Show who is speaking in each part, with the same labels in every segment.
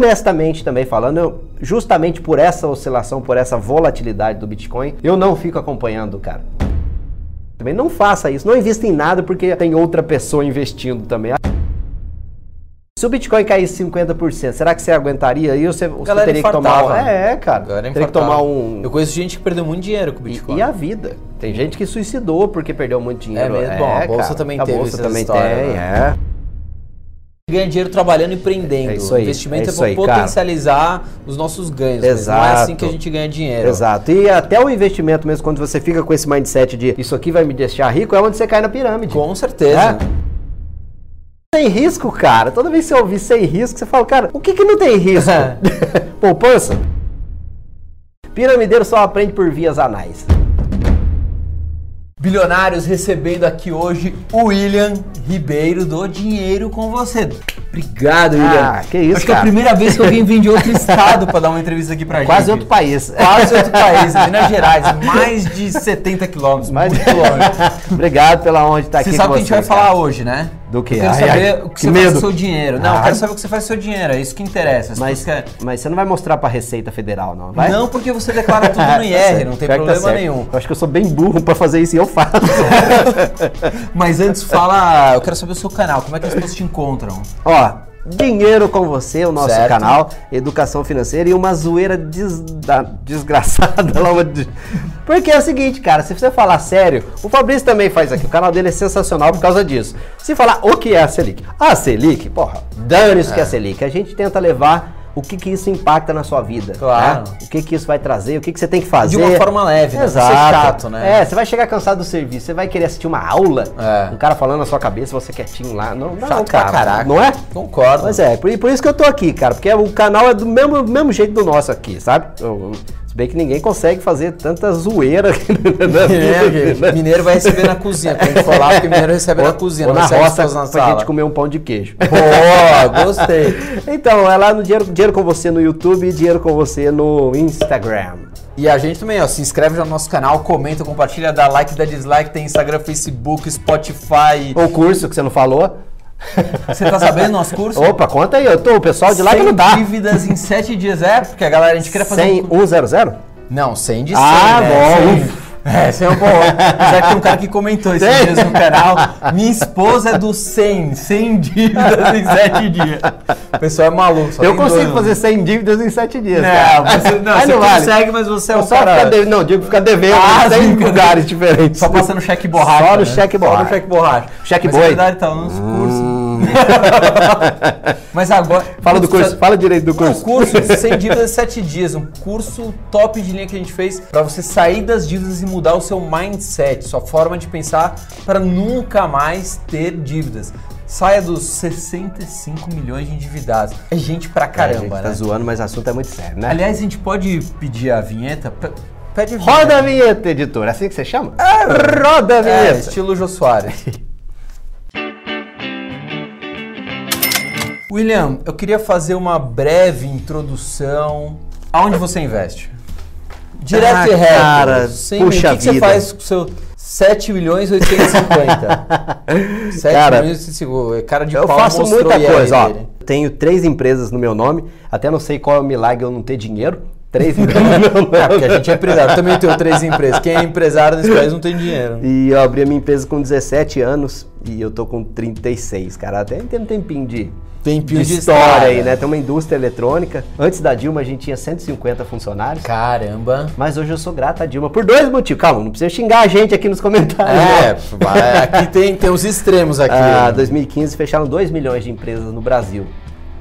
Speaker 1: honestamente também falando, eu, justamente por essa oscilação, por essa volatilidade do Bitcoin, eu não fico acompanhando, cara. Também não faça isso, não invista em nada porque tem outra pessoa investindo também. Se o Bitcoin caísse 50%, será que você aguentaria? E você, você
Speaker 2: Galera
Speaker 1: teria que tomar.
Speaker 2: infartava. né?
Speaker 1: É, cara.
Speaker 2: Galera
Speaker 1: teria que
Speaker 2: infartava.
Speaker 1: tomar um.
Speaker 2: Eu conheço gente que perdeu muito dinheiro com o
Speaker 1: E,
Speaker 2: Bitcoin.
Speaker 1: e a vida. Tem gente que suicidou porque perdeu muito dinheiro.
Speaker 2: É
Speaker 1: É,
Speaker 2: mesmo? Bom, a bolsa também
Speaker 1: a
Speaker 2: teve
Speaker 1: bolsa
Speaker 2: essas
Speaker 1: também
Speaker 2: histórias, né?
Speaker 1: tem, é.
Speaker 2: Ganha dinheiro trabalhando e empreendendo.
Speaker 1: É isso aí,
Speaker 2: Investimento
Speaker 1: é
Speaker 2: é,
Speaker 1: isso
Speaker 2: pra
Speaker 1: aí, cara.
Speaker 2: potencializar os nossos ganhos. mas Não é assim
Speaker 1: Exato.
Speaker 2: que a gente ganha dinheiro.
Speaker 1: Exato. E até o investimento mesmo, quando você fica com esse mindset de isso aqui vai me deixar rico, é onde você cai na pirâmide.
Speaker 2: Com certeza.
Speaker 1: É. Sem risco, cara. Toda vez que você ouvir sem risco, você fala, cara, o que que não tem risco?
Speaker 2: É.
Speaker 1: Poupança? Piramideiro só aprende por vias anais.
Speaker 2: Bilionários recebendo aqui hoje o William Ribeiro do Dinheiro com você. Obrigado, William.
Speaker 1: Ah, que isso,
Speaker 2: Acho que é a
Speaker 1: cara.
Speaker 2: primeira vez que alguém vem de outro estado pra dar uma entrevista aqui pra
Speaker 1: Quase
Speaker 2: gente.
Speaker 1: outro país.
Speaker 2: Quase outro país, Minas Gerais, mais de 70 quilômetros,
Speaker 1: Mas-
Speaker 2: muito longe.
Speaker 1: Obrigado pela honra de estar
Speaker 2: Você
Speaker 1: aqui
Speaker 2: sabe o
Speaker 1: com
Speaker 2: que a gente vai
Speaker 1: cara.
Speaker 2: falar hoje, né?
Speaker 1: Do quê?
Speaker 2: Eu quero
Speaker 1: Ai,
Speaker 2: saber
Speaker 1: ai,
Speaker 2: o que
Speaker 1: que
Speaker 2: você faz com
Speaker 1: medo.
Speaker 2: o seu dinheiro. Não, eu
Speaker 1: Ah.
Speaker 2: quero saber o que você faz com o seu dinheiro, é isso que interessa. As
Speaker 1: Mas,
Speaker 2: pessoas
Speaker 1: mas você não vai mostrar pra Receita Federal, não, vai?
Speaker 2: querem- Não porque você declara tudo no IR, não
Speaker 1: Pior
Speaker 2: tem
Speaker 1: que tá
Speaker 2: problema
Speaker 1: certo.
Speaker 2: nenhum.
Speaker 1: Eu acho que eu sou bem burro pra fazer isso e eu faço.
Speaker 2: Mas antes, fala, eu quero saber o seu canal, como é que as pessoas te encontram?
Speaker 1: Ó, dinheiro com você, o nosso
Speaker 2: Certo.
Speaker 1: canal, educação financeira e uma zoeira des- da- desgraçada lá. uma de- Porque é o seguinte, cara, se você falar sério, o Fabrício também faz aqui, o canal dele é sensacional por causa disso. Se falar o que é a Selic, a Selic, porra, dane-se o que é a Selic. A gente tenta levar o que, que isso impacta na sua vida.
Speaker 2: Claro.
Speaker 1: né? O que, que isso vai trazer, o que, que você tem que fazer.
Speaker 2: De uma forma leve, né? Não ser
Speaker 1: Exato.
Speaker 2: chato, né?
Speaker 1: É, é, você vai chegar cansado do serviço, você vai querer assistir uma aula,
Speaker 2: É.
Speaker 1: um cara falando na sua cabeça, você quietinho lá. Não, não,
Speaker 2: Chato pra
Speaker 1: cara.
Speaker 2: caraca.
Speaker 1: Não é?
Speaker 2: Concordo.
Speaker 1: Pois é, por, por isso que eu tô aqui, cara, porque o canal é do mesmo, mesmo jeito do nosso aqui, sabe? Eu- se bem que ninguém consegue fazer tanta zoeira aqui na- na
Speaker 2: é Mineiro,
Speaker 1: vida, né?
Speaker 2: mineiro vai receber na cozinha, quando a gente for lá, porque mineiro recebe na
Speaker 1: Ou-
Speaker 2: cozinha,
Speaker 1: ou
Speaker 2: não
Speaker 1: na
Speaker 2: recebe as
Speaker 1: roça
Speaker 2: pessoas na
Speaker 1: pra
Speaker 2: sala.
Speaker 1: gente comer um pão de queijo.
Speaker 2: Boa, gostei.
Speaker 1: então, é lá no dinheiro, dinheiro com você no YouTube e Dinheiro com você no Instagram.
Speaker 2: E a gente também, ó, se inscreve já no nosso canal, comenta, compartilha, dá like, dá dislike, tem Instagram, Facebook, Spotify.
Speaker 1: O curso que você não falou.
Speaker 2: Você tá sabendo nosso curso?
Speaker 1: Opa, conta aí, eu tô, o pessoal de lá que
Speaker 2: Sem
Speaker 1: não tá. dá.
Speaker 2: dívidas em 7 dias, é? Porque a galera, a gente queria fazer um-
Speaker 1: 100, 100?
Speaker 2: Não, 100 de 100,
Speaker 1: Ah, bom.
Speaker 2: né? 100. É, esse é um bom. Apesar que tem um cara que comentou esses
Speaker 1: Tem?
Speaker 2: dias no canal. Minha esposa é do 100, 100 dívidas em 7 dias. O pessoal é maluco. só
Speaker 1: Eu
Speaker 2: tem
Speaker 1: consigo
Speaker 2: dois.
Speaker 1: fazer 100 dívidas em 7 dias.
Speaker 2: Não,
Speaker 1: cara.
Speaker 2: você, não,
Speaker 1: Mas
Speaker 2: você
Speaker 1: não vale.
Speaker 2: consegue, mas você é
Speaker 1: Eu
Speaker 2: um
Speaker 1: só
Speaker 2: cara...
Speaker 1: ficar devendo, não, eu digo ficar devendo
Speaker 2: Ah,
Speaker 1: em 100
Speaker 2: sim.
Speaker 1: lugares diferentes.
Speaker 2: Só passa no cheque borracha.
Speaker 1: Só no
Speaker 2: né?
Speaker 1: cheque
Speaker 2: Só no
Speaker 1: borracha.
Speaker 2: cheque borracha.
Speaker 1: Cheque
Speaker 2: Mas
Speaker 1: boi. Hum.
Speaker 2: É verdade, tá nos cursos. Mas agora.
Speaker 1: Fala do curso, fala direito do
Speaker 2: Um
Speaker 1: curso.
Speaker 2: curso sem dívidas em 7 dias, um curso top de linha que a gente fez pra você sair das dívidas e mudar o seu mindset, sua forma de pensar pra nunca mais ter dívidas. Saia dos 65 milhões de endividados. É gente pra
Speaker 1: a gente
Speaker 2: caramba,
Speaker 1: tá
Speaker 2: né?
Speaker 1: zoando, mas o assunto é muito sério, né?
Speaker 2: Aliás, a gente pode pedir a vinheta? Pe- Pede a vinheta.
Speaker 1: Roda a vinheta, editor. É assim que você chama? Roda a
Speaker 2: É,
Speaker 1: vinheta.
Speaker 2: estilo Jô Soares. William, eu queria fazer uma breve introdução. Aonde você investe? Direto
Speaker 1: Ah,
Speaker 2: e reto.
Speaker 1: cara,
Speaker 2: sem
Speaker 1: puxa
Speaker 2: o que, que você
Speaker 1: vida.
Speaker 2: faz com o seu 7 milhões e 850? 7
Speaker 1: Cara,
Speaker 2: milhões e 850. Cara de
Speaker 1: Eu
Speaker 2: pau
Speaker 1: faço
Speaker 2: mostrou é
Speaker 1: muita
Speaker 2: o IR
Speaker 1: coisa, ó.
Speaker 2: dele.
Speaker 1: Tenho três empresas no meu nome, até não sei qual é o milagre eu não ter dinheiro. Três empresas no meu nome.
Speaker 2: É, porque a gente é empresário. Eu Também tenho três empresas. Quem é empresário nesse país não tem dinheiro.
Speaker 1: E eu abri a minha empresa com 17 anos e eu tô com 36, cara. Até tem um tempinho de,
Speaker 2: Tem um
Speaker 1: de história aí, né? Tem uma indústria eletrônica. Antes da Dilma a gente tinha 150 funcionários.
Speaker 2: Caramba.
Speaker 1: Mas hoje eu sou grato à Dilma por dois motivos. Calma, não precisa xingar a gente aqui nos comentários.
Speaker 2: É,
Speaker 1: né?
Speaker 2: vai- aqui tem, tem os extremos aqui.
Speaker 1: Ah, 2015 fecharam 2 milhões de empresas no Brasil.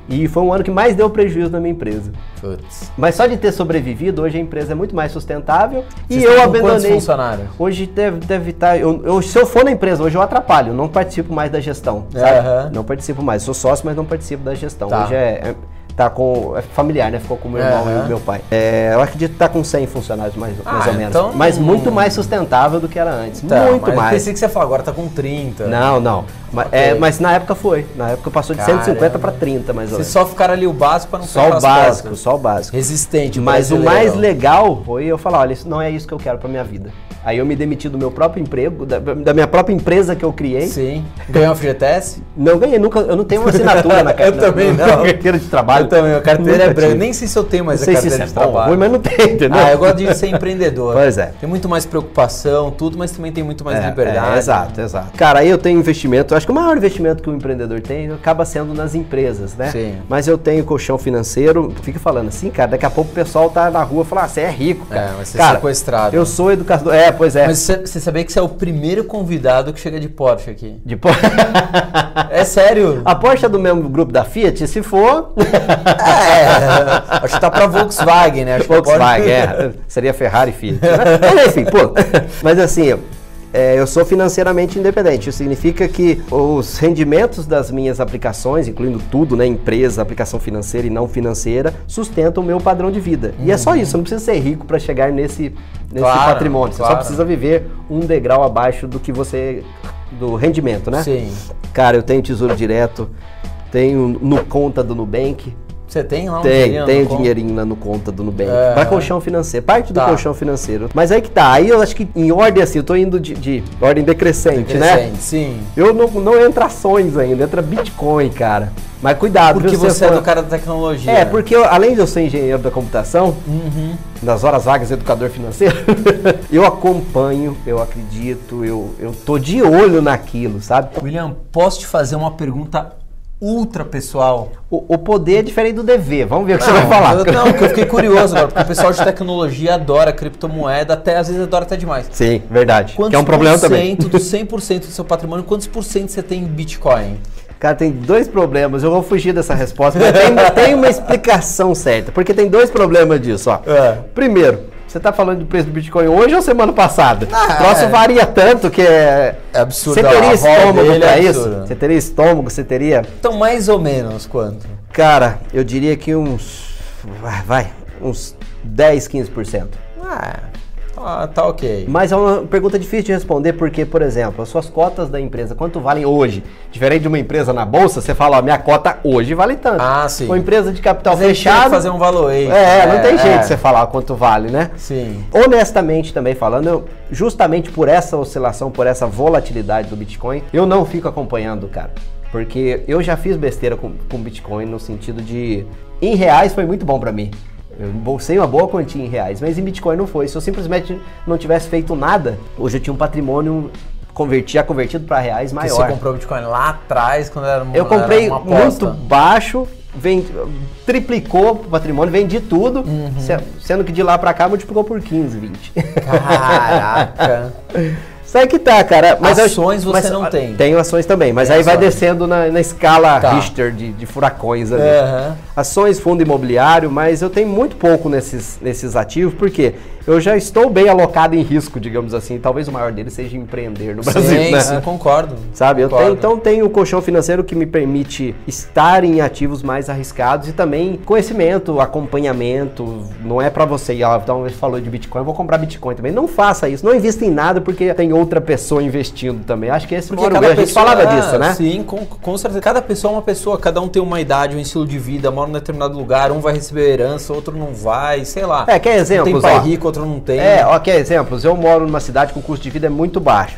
Speaker 1: E foi um ano que mais deu prejuízo na minha empresa.
Speaker 2: Putz.
Speaker 1: Mas só de ter sobrevivido, hoje a empresa é muito mais sustentável.
Speaker 2: Vocês
Speaker 1: e eu
Speaker 2: estão com quantos
Speaker 1: abandonei.
Speaker 2: funcionários?
Speaker 1: Hoje deve deve estar. eu, eu- se eu for na empresa, hoje eu atrapalho, eu não participo mais da gestão. sabe?
Speaker 2: Aham.
Speaker 1: Não participo mais. Sou sócio, mas não participo da gestão.
Speaker 2: Tá.
Speaker 1: Hoje é, é- tá com. É familiar, né? Ficou com o meu irmão
Speaker 2: Aham.
Speaker 1: e o meu pai. É, eu acredito que tá com 100 funcionários, mais, mais
Speaker 2: Ah,
Speaker 1: ou menos.
Speaker 2: então-
Speaker 1: Mas muito mais sustentável do que era antes.
Speaker 2: Tá,
Speaker 1: muito
Speaker 2: mas Eu
Speaker 1: mais.
Speaker 2: pensei que você ia falar, agora tá com 30.
Speaker 1: Não, não. Mas, é, mas na época foi. Na época passou de
Speaker 2: Caramba.
Speaker 1: 150 para 30, mais ou
Speaker 2: Vocês
Speaker 1: menos.
Speaker 2: só ficaram ali o básico pra não
Speaker 1: Só
Speaker 2: fechar
Speaker 1: o
Speaker 2: as
Speaker 1: básico,
Speaker 2: portas.
Speaker 1: só o básico.
Speaker 2: Resistente,
Speaker 1: Mas o
Speaker 2: brasileirão.
Speaker 1: mais legal foi eu falar, olha, isso não é isso que eu quero pra minha vida. Aí eu me demiti do meu próprio emprego, da, da minha própria empresa que eu criei.
Speaker 2: Sim. Ganhou a FGTS?
Speaker 1: Não ganhei nunca, eu não tenho uma assinatura na
Speaker 2: Eu também
Speaker 1: na-
Speaker 2: não.
Speaker 1: Na carteira de trabalho.
Speaker 2: Eu também, a carteira é
Speaker 1: Nunca
Speaker 2: branca.
Speaker 1: tive.
Speaker 2: Nem sei se eu tenho
Speaker 1: Não
Speaker 2: mais a
Speaker 1: sei se
Speaker 2: carteira
Speaker 1: isso é
Speaker 2: de
Speaker 1: bom,
Speaker 2: trabalho.
Speaker 1: ruim, mas não tem, entendeu?
Speaker 2: Ah, eu gosto de ser empreendedor.
Speaker 1: Pois é.
Speaker 2: Tem muito mais preocupação, tudo, mas também tem muito mais
Speaker 1: É,
Speaker 2: liberdade.
Speaker 1: é, exato, exato. Cara, aí eu tenho investimento, eu acho que o maior investimento que o empreendedor tem acaba sendo nas empresas, né?
Speaker 2: Sim.
Speaker 1: Mas eu tenho colchão financeiro, fica falando assim, cara, daqui a pouco o pessoal tá na rua e fala, ah, você é rico, cara.
Speaker 2: É, mas você é
Speaker 1: cara,
Speaker 2: sequestrado.
Speaker 1: Eu sou educador, é, pois é.
Speaker 2: Mas você- você sabia que você é o primeiro convidado que chega de Porsche aqui?
Speaker 1: De por-
Speaker 2: É sério?
Speaker 1: a Porsche é do mesmo grupo da Fiat, se for,
Speaker 2: é. Acho que tá pra Volkswagen, né? Acho que a Porsche-
Speaker 1: Volkswagen, é. Seria Ferrari Fiat. né? Mas enfim, pô. Mas assim, é, eu sou financeiramente independente. Isso significa que os rendimentos das minhas aplicações, incluindo tudo, né? Empresa, aplicação financeira e não financeira, sustentam o meu padrão de vida. E é só isso, eu não preciso ser rico para chegar nesse, nesse
Speaker 2: Claro,
Speaker 1: patrimônio. Você só
Speaker 2: claro.
Speaker 1: precisa viver um degrau abaixo do que você. do rendimento, né?
Speaker 2: Sim.
Speaker 1: Cara, eu tenho tesouro direto, tenho no conta do Nubank.
Speaker 2: Você tem lá um
Speaker 1: Tem,
Speaker 2: dinheiro
Speaker 1: tem
Speaker 2: na
Speaker 1: o
Speaker 2: conta?
Speaker 1: dinheirinho lá no conta do Nubank.
Speaker 2: É.
Speaker 1: Pra colchão financeiro, parte do
Speaker 2: Tá.
Speaker 1: colchão financeiro. Mas aí que tá, aí eu acho que em ordem assim, eu tô indo de, de ordem decrescente, né?
Speaker 2: Crescente, Sim.
Speaker 1: Eu não, não entra ações ainda, entra Bitcoin, cara. Mas cuidado,
Speaker 2: Porque
Speaker 1: viu,
Speaker 2: você é
Speaker 1: fã-
Speaker 2: do cara da tecnologia.
Speaker 1: É, porque eu- além de eu ser engenheiro da computação,
Speaker 2: Uhum.
Speaker 1: nas horas vagas educador financeiro, eu acompanho, eu acredito, eu, eu tô de olho naquilo, sabe?
Speaker 2: William, posso te fazer uma pergunta ultra pessoal?
Speaker 1: O, o poder é diferente do dever, vamos ver o que você vai falar.
Speaker 2: Eu, não, porque eu fiquei curioso agora, porque o pessoal de tecnologia adora criptomoeda, até às vezes adora até demais.
Speaker 1: Sim, verdade.
Speaker 2: Quantos
Speaker 1: que é um problema
Speaker 2: por
Speaker 1: também.
Speaker 2: cento do 100% do seu patrimônio, quantos por cento você tem em Bitcoin?
Speaker 1: Cara, tem dois problemas. Eu vou fugir dessa resposta, mas tem, tem uma explicação certa. Porque tem dois problemas disso, ó.
Speaker 2: É.
Speaker 1: Primeiro, você tá falando do preço do Bitcoin hoje ou semana passada?
Speaker 2: Ah,
Speaker 1: o troço
Speaker 2: é.
Speaker 1: varia tanto que é.
Speaker 2: É absurdo,
Speaker 1: Você
Speaker 2: a
Speaker 1: teria
Speaker 2: volta
Speaker 1: estômago
Speaker 2: dele é
Speaker 1: pra isso?
Speaker 2: absurda.
Speaker 1: Você teria estômago, você teria.
Speaker 2: Então, mais ou menos quanto?
Speaker 1: Cara, eu diria que uns. Vai, vai, uns 10, 15%.
Speaker 2: Ah, tá, tá ok.
Speaker 1: Mas é uma pergunta difícil de responder, porque, por exemplo, as suas cotas da empresa, quanto valem hoje? Diferente de uma empresa na bolsa, você fala, ó, minha cota hoje vale tanto.
Speaker 2: Ah, sim.
Speaker 1: Uma empresa de capital
Speaker 2: Mas a gente tem que
Speaker 1: fechado.
Speaker 2: fazer um valuation.
Speaker 1: É, não tem jeito
Speaker 2: é.
Speaker 1: de você falar quanto vale, né?
Speaker 2: Sim.
Speaker 1: Honestamente também falando, eu, justamente por essa oscilação, por essa volatilidade do Bitcoin, eu não fico acompanhando, cara. Porque eu já fiz besteira com, com Bitcoin no sentido de. Em reais foi muito bom pra mim. Eu bolsei uma boa quantia em reais, mas em Bitcoin não foi. Se eu simplesmente não tivesse feito nada, hoje eu tinha um patrimônio converti- já convertido pra reais
Speaker 2: Porque
Speaker 1: maior.
Speaker 2: você comprou Bitcoin lá atrás, quando era uma
Speaker 1: Eu comprei
Speaker 2: era uma aposta.
Speaker 1: muito baixo, vendi, triplicou o patrimônio, vendi tudo,
Speaker 2: Uhum.
Speaker 1: se- sendo que de lá pra cá multiplicou por 15, 20.
Speaker 2: Caraca.
Speaker 1: Isso aí que tá, cara. Mas eu-
Speaker 2: Ações você
Speaker 1: mas-
Speaker 2: não tem.
Speaker 1: Tenho ações também, mas
Speaker 2: Tem
Speaker 1: aí vai
Speaker 2: ações.
Speaker 1: descendo na, na escala
Speaker 2: Tá. É.
Speaker 1: Richter de, de furacões ali.
Speaker 2: Aham.
Speaker 1: Ações, fundo imobiliário, mas eu tenho muito pouco nesses, nesses ativos, porque eu já estou bem alocado em risco, digamos assim. Talvez o maior deles seja empreender no Brasil,
Speaker 2: Sim,
Speaker 1: né?
Speaker 2: sim, concordo.
Speaker 1: Sabe? Eu
Speaker 2: Concordo.
Speaker 1: tenho, então tenho o colchão financeiro que me permite estar em ativos mais arriscados e também conhecimento, acompanhamento. Não é pra você ir, ó, então ele falou de Bitcoin, eu vou comprar Bitcoin também. Não faça isso, não invista em nada porque tem outra pessoa investindo também. Acho que esse é
Speaker 2: Porque
Speaker 1: maior
Speaker 2: cada
Speaker 1: erro. a gente
Speaker 2: pessoa,
Speaker 1: falava
Speaker 2: ah,
Speaker 1: disso, né?
Speaker 2: Sim, com, com certeza. Cada pessoa é uma pessoa, cada um tem uma idade, um estilo de vida, mora em um determinado lugar, um vai receber herança, outro não vai, sei lá.
Speaker 1: É, quer exemplos,
Speaker 2: Um tem pai
Speaker 1: ó.
Speaker 2: rico, outro não tem. né?
Speaker 1: É, ó, quer exemplos? Eu moro numa cidade que o custo de vida é muito baixo.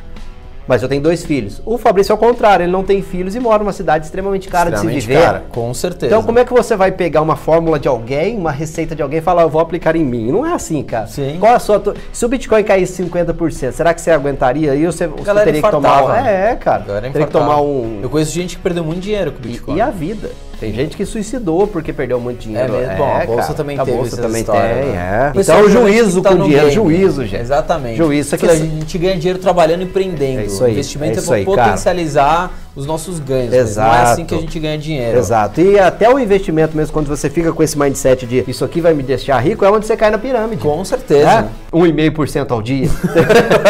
Speaker 1: Mas eu tenho dois filhos. O Fabrício é o contrário, ele não tem filhos e mora numa cidade extremamente cara de
Speaker 2: Extremamente
Speaker 1: se viver.
Speaker 2: cara, com certeza.
Speaker 1: Então, como é que você vai pegar uma fórmula de alguém, uma receita de alguém e falar, eu vou aplicar em mim? Não é assim, cara.
Speaker 2: Sim.
Speaker 1: Qual a sua. to- Se o Bitcoin caísse 50%, será que você aguentaria? E você, você
Speaker 2: Galera
Speaker 1: teria que tomar.
Speaker 2: infartava.
Speaker 1: É, cara.
Speaker 2: Agora é
Speaker 1: teria que
Speaker 2: infartado.
Speaker 1: tomar um.
Speaker 2: Eu conheço gente que perdeu muito dinheiro com
Speaker 1: E,
Speaker 2: Bitcoin.
Speaker 1: e a vida. Tem gente que suicidou porque perdeu muito dinheiro.
Speaker 2: É mesmo? Bom, a bolsa também
Speaker 1: a
Speaker 2: teve
Speaker 1: bolsa
Speaker 2: essas
Speaker 1: também
Speaker 2: histórias,
Speaker 1: tem,
Speaker 2: né?
Speaker 1: é.
Speaker 2: Pessoal,
Speaker 1: Então, o
Speaker 2: geralmente
Speaker 1: juízo
Speaker 2: tá
Speaker 1: com
Speaker 2: no
Speaker 1: dinheiro.
Speaker 2: game.
Speaker 1: Juízo, gente.
Speaker 2: Exatamente.
Speaker 1: Juízo, isso aqui
Speaker 2: Porque
Speaker 1: é-
Speaker 2: a gente ganha dinheiro trabalhando e empreendendo.
Speaker 1: É isso aí,
Speaker 2: O investimento
Speaker 1: é
Speaker 2: é,
Speaker 1: isso
Speaker 2: pra
Speaker 1: aí, cara.
Speaker 2: potencializar os nossos ganhos. mas Não é assim
Speaker 1: Exato.
Speaker 2: que a gente ganha dinheiro.
Speaker 1: Exato. E até o investimento mesmo, quando você fica com esse mindset de isso aqui vai me deixar rico, é onde você cai na pirâmide.
Speaker 2: Com
Speaker 1: né?
Speaker 2: certeza.
Speaker 1: 1,5% ao dia.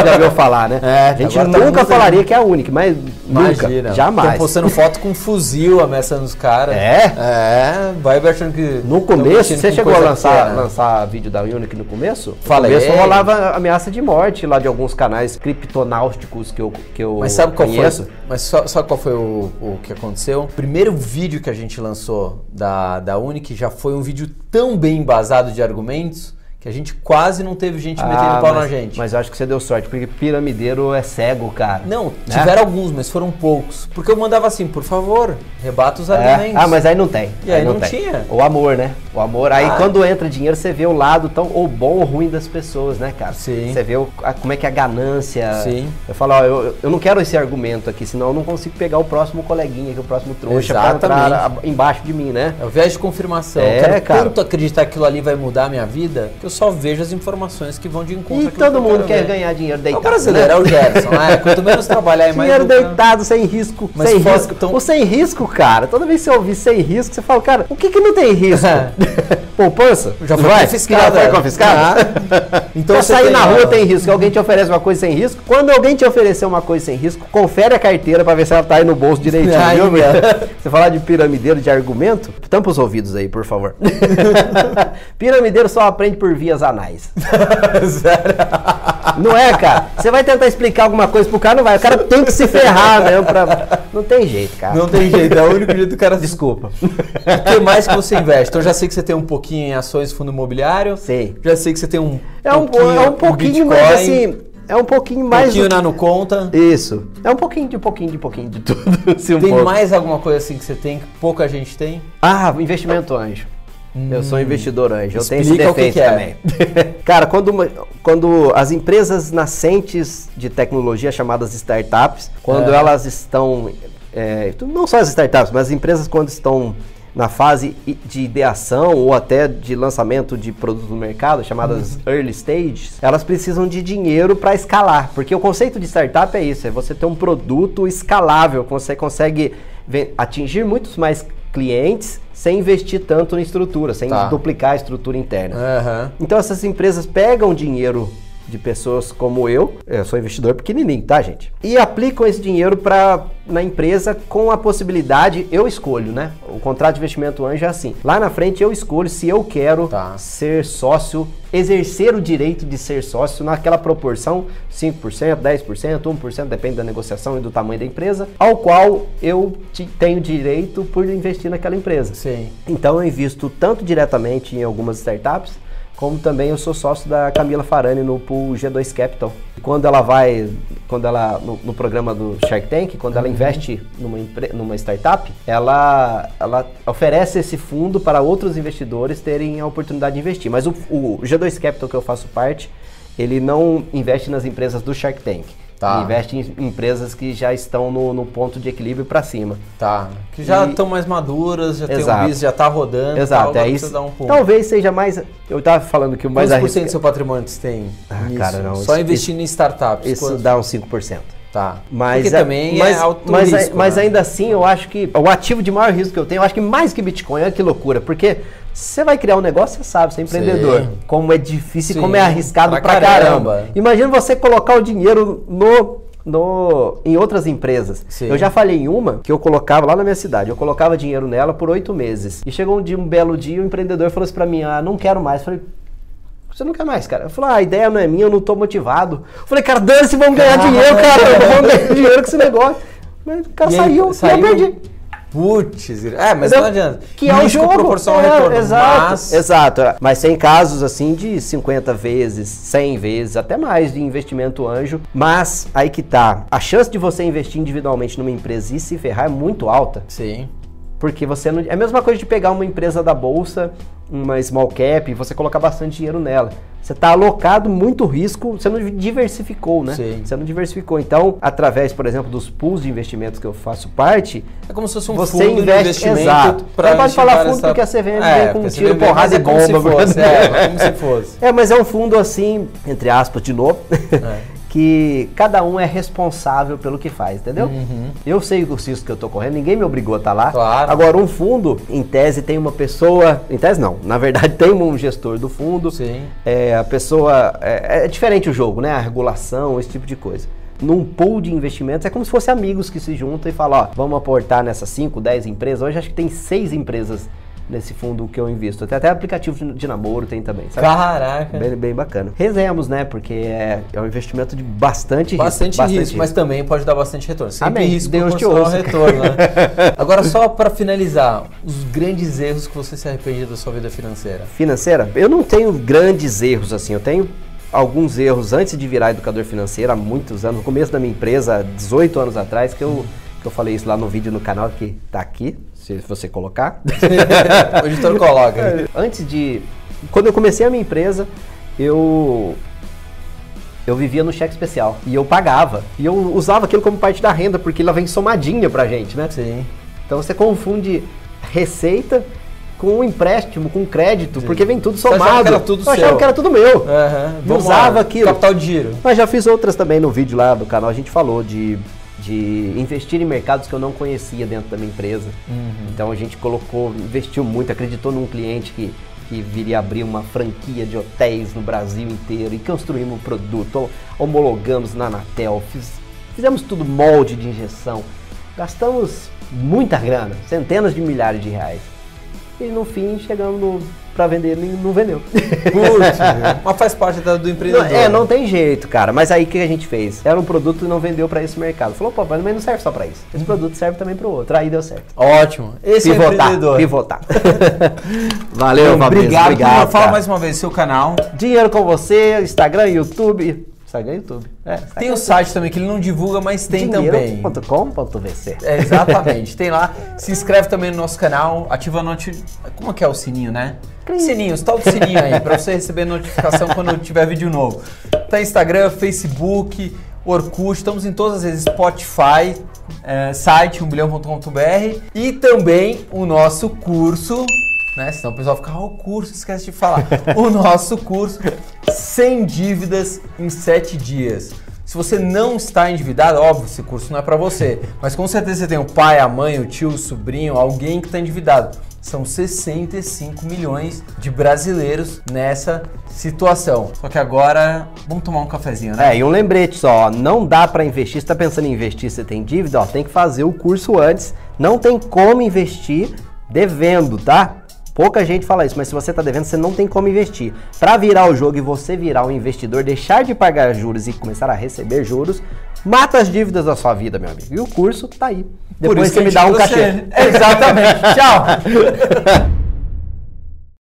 Speaker 1: Já ouviu falar, né?
Speaker 2: É,
Speaker 1: a gente
Speaker 2: agora tá
Speaker 1: nunca
Speaker 2: mudando.
Speaker 1: falaria que é a única, mas
Speaker 2: Imagina.
Speaker 1: nunca,
Speaker 2: Estão
Speaker 1: jamais.
Speaker 2: postando foto com um fuzil ameaçando os caras.
Speaker 1: É?
Speaker 2: É, vai achando que.
Speaker 1: No
Speaker 2: tão
Speaker 1: começo,
Speaker 2: mexendo
Speaker 1: você
Speaker 2: com
Speaker 1: chegou a
Speaker 2: coisa
Speaker 1: lançar,
Speaker 2: pequena. né?
Speaker 1: lançar vídeo da Unic no começo?
Speaker 2: um. Falei.
Speaker 1: No começo rolava ameaça de morte lá de alguns canais criptonáuticos que eu, que eu
Speaker 2: Mas sabe qual
Speaker 1: conheço.
Speaker 2: foi? Mas só, sabe qual foi o, o que aconteceu? O primeiro vídeo que a gente lançou da, da Unic já foi um vídeo tão bem embasado de argumentos que Que a gente quase não teve gente metendo
Speaker 1: Ah,
Speaker 2: pau
Speaker 1: mas,
Speaker 2: na gente.
Speaker 1: Mas eu acho que você deu sorte, porque piramideiro é cego, cara.
Speaker 2: Não,
Speaker 1: Né?
Speaker 2: tiveram alguns, mas foram poucos. Porque eu mandava assim, por favor, rebata os
Speaker 1: É.
Speaker 2: argumentos.
Speaker 1: Ah, mas aí não tem.
Speaker 2: E aí não
Speaker 1: tem.
Speaker 2: tinha.
Speaker 1: O amor, né? O amor. Aí
Speaker 2: Ah.
Speaker 1: quando entra dinheiro, você vê o lado tão ou bom ou ruim das pessoas, né, cara?
Speaker 2: Sim.
Speaker 1: Você vê o- a- como é que é a ganância.
Speaker 2: Sim.
Speaker 1: Eu falo, ó, eu, eu não quero esse argumento aqui, senão eu não consigo pegar o próximo coleguinha, que é o próximo trouxa pra
Speaker 2: Exatamente.
Speaker 1: entrar a- embaixo de mim, né?
Speaker 2: É o viés de confirmação.
Speaker 1: É,
Speaker 2: eu quero
Speaker 1: cara.
Speaker 2: tanto acreditar que aquilo ali vai mudar a minha vida que eu só vejo as informações que vão de encontro
Speaker 1: E
Speaker 2: àquilo que
Speaker 1: todo
Speaker 2: eu
Speaker 1: mundo
Speaker 2: quero
Speaker 1: quer
Speaker 2: ver.
Speaker 1: ganhar dinheiro
Speaker 2: É
Speaker 1: deitado.
Speaker 2: o brasileiro, é
Speaker 1: né?
Speaker 2: o Gerson, né? Quanto menos trabalhar e mais.
Speaker 1: Dinheiro
Speaker 2: lucrar.
Speaker 1: deitado, sem risco.
Speaker 2: Mas
Speaker 1: sem
Speaker 2: fora-
Speaker 1: risco.
Speaker 2: então-
Speaker 1: O sem risco, cara, toda vez que você ouvir sem risco, você fala, cara, o que que não tem risco? Poupança?
Speaker 2: Já foi
Speaker 1: Vai,
Speaker 2: confiscada.
Speaker 1: Já foi confiscada?
Speaker 2: Ah,
Speaker 1: Então
Speaker 2: Então
Speaker 1: pra
Speaker 2: você
Speaker 1: sair
Speaker 2: tem
Speaker 1: na
Speaker 2: a-
Speaker 1: rua tem risco. Alguém te oferece uma coisa sem risco. Quando alguém te oferecer uma coisa sem risco, confere a carteira pra ver se ela tá aí no bolso direitinho,
Speaker 2: Ai,
Speaker 1: viu,
Speaker 2: meu.
Speaker 1: meu? Você falar de piramideiro de argumento, tampa os ouvidos aí, por favor. piramideiro só aprende por vias anais. Não é, cara? Você vai tentar explicar alguma coisa pro cara, não vai. O cara tem que se ferrar mesmo pra... Não tem jeito, cara.
Speaker 2: Não tem jeito, é o único jeito do cara.
Speaker 1: Desculpa.
Speaker 2: O que mais que você investe? Então já sei que você tem um pouquinho em ações, fundo imobiliário.
Speaker 1: Sei.
Speaker 2: Já sei que você tem um.
Speaker 1: É um, é um pouquinho, mas
Speaker 2: Bitcoin,
Speaker 1: assim... É um pouquinho
Speaker 2: Um
Speaker 1: mais... do
Speaker 2: pouquinho
Speaker 1: que-
Speaker 2: na no conta.
Speaker 1: Isso. É um pouquinho de pouquinho de pouquinho de tudo. assim, um
Speaker 2: Tem
Speaker 1: pouco.
Speaker 2: mais alguma coisa assim que você tem que pouca gente tem?
Speaker 1: Ah, investimento anjo. Eu sou um investidor anjo, eu tenho esse
Speaker 2: Explica o que
Speaker 1: defeito
Speaker 2: que é.
Speaker 1: também. Cara, quando, uma- quando as empresas nascentes de tecnologia, chamadas startups, quando
Speaker 2: É.
Speaker 1: elas estão, é, não só as startups, mas as empresas quando estão na fase i- de ideação ou até de lançamento de produtos no mercado, chamadas
Speaker 2: Uhum.
Speaker 1: early stages, elas precisam de dinheiro para escalar, porque o conceito de startup é isso, é você ter um produto escalável, que você consegue ve- atingir muitos mais clientes sem investir tanto em estrutura, sem
Speaker 2: Tá.
Speaker 1: duplicar a estrutura interna.
Speaker 2: Aham.
Speaker 1: Então essas empresas pegam dinheiro de pessoas como eu, eu sou investidor pequenininho, tá, gente? E aplicam esse dinheiro para na empresa com a possibilidade eu escolho, né? O contrato de investimento anjo é assim. Lá na frente eu escolho se eu quero
Speaker 2: Tá.
Speaker 1: ser sócio, exercer o direito de ser sócio naquela proporção 5%, 10%, 1%, depende da negociação e do tamanho da empresa, ao qual eu ti- tenho direito por investir naquela empresa.
Speaker 2: Sim.
Speaker 1: Então eu invisto tanto diretamente em algumas startups, como também eu sou sócio da Camila Farani no pool G2 Capital. Quando ela vai, quando ela no, no programa do Shark Tank, quando ela investe numa, empre- numa startup, ela, ela oferece esse fundo para outros investidores terem a oportunidade de investir. Mas o, o G2 Capital que eu faço parte, ele não investe nas empresas do Shark Tank.
Speaker 2: Tá.
Speaker 1: Ele investe em empresas que já estão no, no ponto de equilíbrio para cima.
Speaker 2: Tá. Que já
Speaker 1: E-
Speaker 2: estão mais maduras, já tem
Speaker 1: Exato.
Speaker 2: um bis, já tá rodando.
Speaker 1: Exato,
Speaker 2: tal,
Speaker 1: é
Speaker 2: isso.
Speaker 1: isso.
Speaker 2: Dar um pulo.
Speaker 1: Talvez seja mais. Eu tava falando que o mais
Speaker 2: Quantos por cento do
Speaker 1: arriscado.
Speaker 2: seu patrimônio que você tem?
Speaker 1: Ah,
Speaker 2: nisso?
Speaker 1: cara, não,
Speaker 2: Só
Speaker 1: isso-
Speaker 2: investindo em startups.
Speaker 1: Isso
Speaker 2: quanto?
Speaker 1: dá uns 5%.
Speaker 2: Tá.
Speaker 1: Mas
Speaker 2: Porque
Speaker 1: a-
Speaker 2: também
Speaker 1: mas,
Speaker 2: é alto
Speaker 1: mas, a-
Speaker 2: risco,
Speaker 1: mas
Speaker 2: né?
Speaker 1: ainda assim, eu acho que o ativo de maior risco que eu tenho, eu acho que mais que Bitcoin, olha que loucura, porque você vai criar um negócio, você sabe, você é empreendedor.
Speaker 2: Sim.
Speaker 1: Como é difícil,
Speaker 2: Sim,
Speaker 1: como é arriscado
Speaker 2: pra
Speaker 1: pra,
Speaker 2: caramba.
Speaker 1: caramba. Imagina você colocar o dinheiro no, no, em outras empresas.
Speaker 2: Sim.
Speaker 1: Eu já falei em uma que eu colocava lá na minha cidade, eu colocava dinheiro nela por oito meses. E chegou um dia, um belo dia, o empreendedor falou assim pra mim, ah, não quero mais. Eu falei, você não quer mais, cara. Eu falei, ah, a ideia não é minha, eu não tô motivado. Eu falei, cara, dane-se, vamos ganhar dinheiro, cara. Vamos ganhar dinheiro com esse negócio. Mas o cara
Speaker 2: E aí,
Speaker 1: saiu,
Speaker 2: saiu-
Speaker 1: e eu perdi.
Speaker 2: Putz, é, mas
Speaker 1: Entendeu?
Speaker 2: não adianta.
Speaker 1: Que é o
Speaker 2: Risco
Speaker 1: jogo.
Speaker 2: proporcional ao
Speaker 1: É,
Speaker 2: retorno.
Speaker 1: Exato,
Speaker 2: Mas,
Speaker 1: exato. é. Mas tem casos assim de 50 vezes, 100 vezes, até mais de investimento anjo. Mas aí que tá. A chance de você investir individualmente numa empresa e se ferrar é muito alta.
Speaker 2: sim.
Speaker 1: Porque você não. É a mesma coisa de pegar uma empresa da bolsa, uma small cap, e você colocar bastante dinheiro nela. Você está alocado muito risco, você não diversificou, né?
Speaker 2: Sim.
Speaker 1: Você não diversificou. Então, através, por exemplo, dos pools de investimentos que eu faço parte,
Speaker 2: É como se fosse um
Speaker 1: você
Speaker 2: fundo
Speaker 1: investe.
Speaker 2: de investimento.
Speaker 1: exato.
Speaker 2: pra
Speaker 1: Você pode
Speaker 2: investir
Speaker 1: falar
Speaker 2: várias
Speaker 1: fundo porque a
Speaker 2: startups.
Speaker 1: CVM vem com
Speaker 2: porque a
Speaker 1: tiro,
Speaker 2: CVM
Speaker 1: porrada
Speaker 2: vem
Speaker 1: e
Speaker 2: como se
Speaker 1: bomba,
Speaker 2: fosse,
Speaker 1: mano.
Speaker 2: é, como se fosse.
Speaker 1: É, mas é um fundo assim, entre aspas, de novo, que cada um é responsável pelo que faz, entendeu? Eu sei o risco que eu tô correndo, ninguém me obrigou a estar lá.
Speaker 2: Uhum. Claro.
Speaker 1: Agora, um fundo, em tese, tem uma pessoa. Em tese, não. Na verdade, tem um gestor do fundo.
Speaker 2: Sim.
Speaker 1: É, a pessoa. É, é diferente o jogo, né? A regulação, esse tipo de coisa. Num pool de investimentos é como se fossem amigos que se juntam e falam, ó, vamos aportar nessas 5, 10 empresas. Hoje acho que tem seis empresas nesse fundo que eu invisto. Tem até aplicativo de- de namoro, tem também, sabe?
Speaker 2: Caraca.
Speaker 1: Bem, bem bacana. Rezemos, né? Porque é, é um investimento de bastante risco.
Speaker 2: Bastante, risco, mas também pode dar bastante retorno. Sempre
Speaker 1: Amém.
Speaker 2: risco
Speaker 1: Deus te
Speaker 2: proporcional
Speaker 1: ouça.
Speaker 2: ao retorno, né? Agora, só pra finalizar, os grandes erros que você se arrepende da sua vida financeira.
Speaker 1: financeira, eu não tenho grandes erros assim. Eu tenho alguns erros antes de virar educador financeiro, há muitos anos, no começo da minha empresa, há 18 anos atrás, que eu, que eu falei isso lá no vídeo no canal que tá aqui, se você colocar.
Speaker 2: o editor coloca.
Speaker 1: antes de. Quando eu comecei a minha empresa, eu. Eu vivia no cheque especial e eu pagava. E eu usava aquilo como parte da renda, porque ela vem somadinha pra gente, né?
Speaker 2: Sim.
Speaker 1: Então você confunde receita com empréstimo, com crédito, porque vem tudo
Speaker 2: Você achava
Speaker 1: somado.
Speaker 2: que era tudo
Speaker 1: eu achava
Speaker 2: seu.
Speaker 1: que era tudo meu.
Speaker 2: Aham.
Speaker 1: E
Speaker 2: Vamos
Speaker 1: usava
Speaker 2: lá.
Speaker 1: aquilo.
Speaker 2: Capital de giro.
Speaker 1: Mas já fiz outras também no vídeo lá do canal, a gente falou de, de investir em mercados que eu não conhecia dentro da minha empresa. Então a gente colocou, investiu muito, acreditou num cliente que, que viria abrir uma franquia de hotéis no Brasil inteiro e construímos o produto, homologamos na Anatel, fiz- fizemos tudo molde de injeção, gastamos muita grana, centenas de milhares de reais. E no fim chegamos para vender, nem- não vendeu.
Speaker 2: Putz, mas faz parte da- do
Speaker 1: Não,
Speaker 2: empreendedor.
Speaker 1: é, não tem jeito, cara. Mas aí o que a gente fez? Era um produto e não vendeu pra esse mercado. Falou, pô, mas não serve só pra isso. Esse produto serve também pro outro. Aí deu certo.
Speaker 2: Ótimo. Esse é o empreendedor.
Speaker 1: pivotar. Valeu,
Speaker 2: Bom,
Speaker 1: Fabrício.
Speaker 2: obrigado.
Speaker 1: obrigado
Speaker 2: Fala
Speaker 1: cara.
Speaker 2: mais uma vez seu canal.
Speaker 1: Dinheiro com você, Instagram, YouTube. Instagram e YouTube. É, Instagram.
Speaker 2: Tem o site também que ele não divulga, mas tem também.
Speaker 1: Dinheiro.com.vc.
Speaker 2: É, exatamente, tem lá. Se inscreve também no nosso canal, ativa a noti... Como é que é o sininho, né? Sininho, instala o sininho aí pra você receber notificação quando tiver vídeo novo. Tá Instagram, Facebook, Orkut, estamos em todas as redes, Spotify, eh, site umbilhão.com.br e também o nosso curso, né? Senão o pessoal fica, ah, o curso, esquece de falar. o nosso curso, sem dívidas em 7 dias. Se você não está endividado, óbvio, esse curso não é para você. Mas com certeza você tem o pai, a mãe, o tio, o sobrinho, alguém que está endividado. São 65 milhões de brasileiros nessa situação. Só que agora, vamos tomar um cafezinho, né?
Speaker 1: É, e um lembrete só, ó, não dá pra investir, se tá pensando em investir, você tem dívida, ó, tem que fazer o curso antes. Não tem como investir devendo, tá? Pouca gente fala isso, mas se você tá devendo, você não tem como investir. Pra virar o jogo e você virar um investidor, deixar de pagar juros e começar a receber juros, mata as dívidas da sua vida, meu amigo. E o curso tá aí.
Speaker 2: Por
Speaker 1: Depois
Speaker 2: isso
Speaker 1: você
Speaker 2: que
Speaker 1: me
Speaker 2: a
Speaker 1: dá um
Speaker 2: gente
Speaker 1: cachê.
Speaker 2: trouxe ele. Exatamente. Tchau.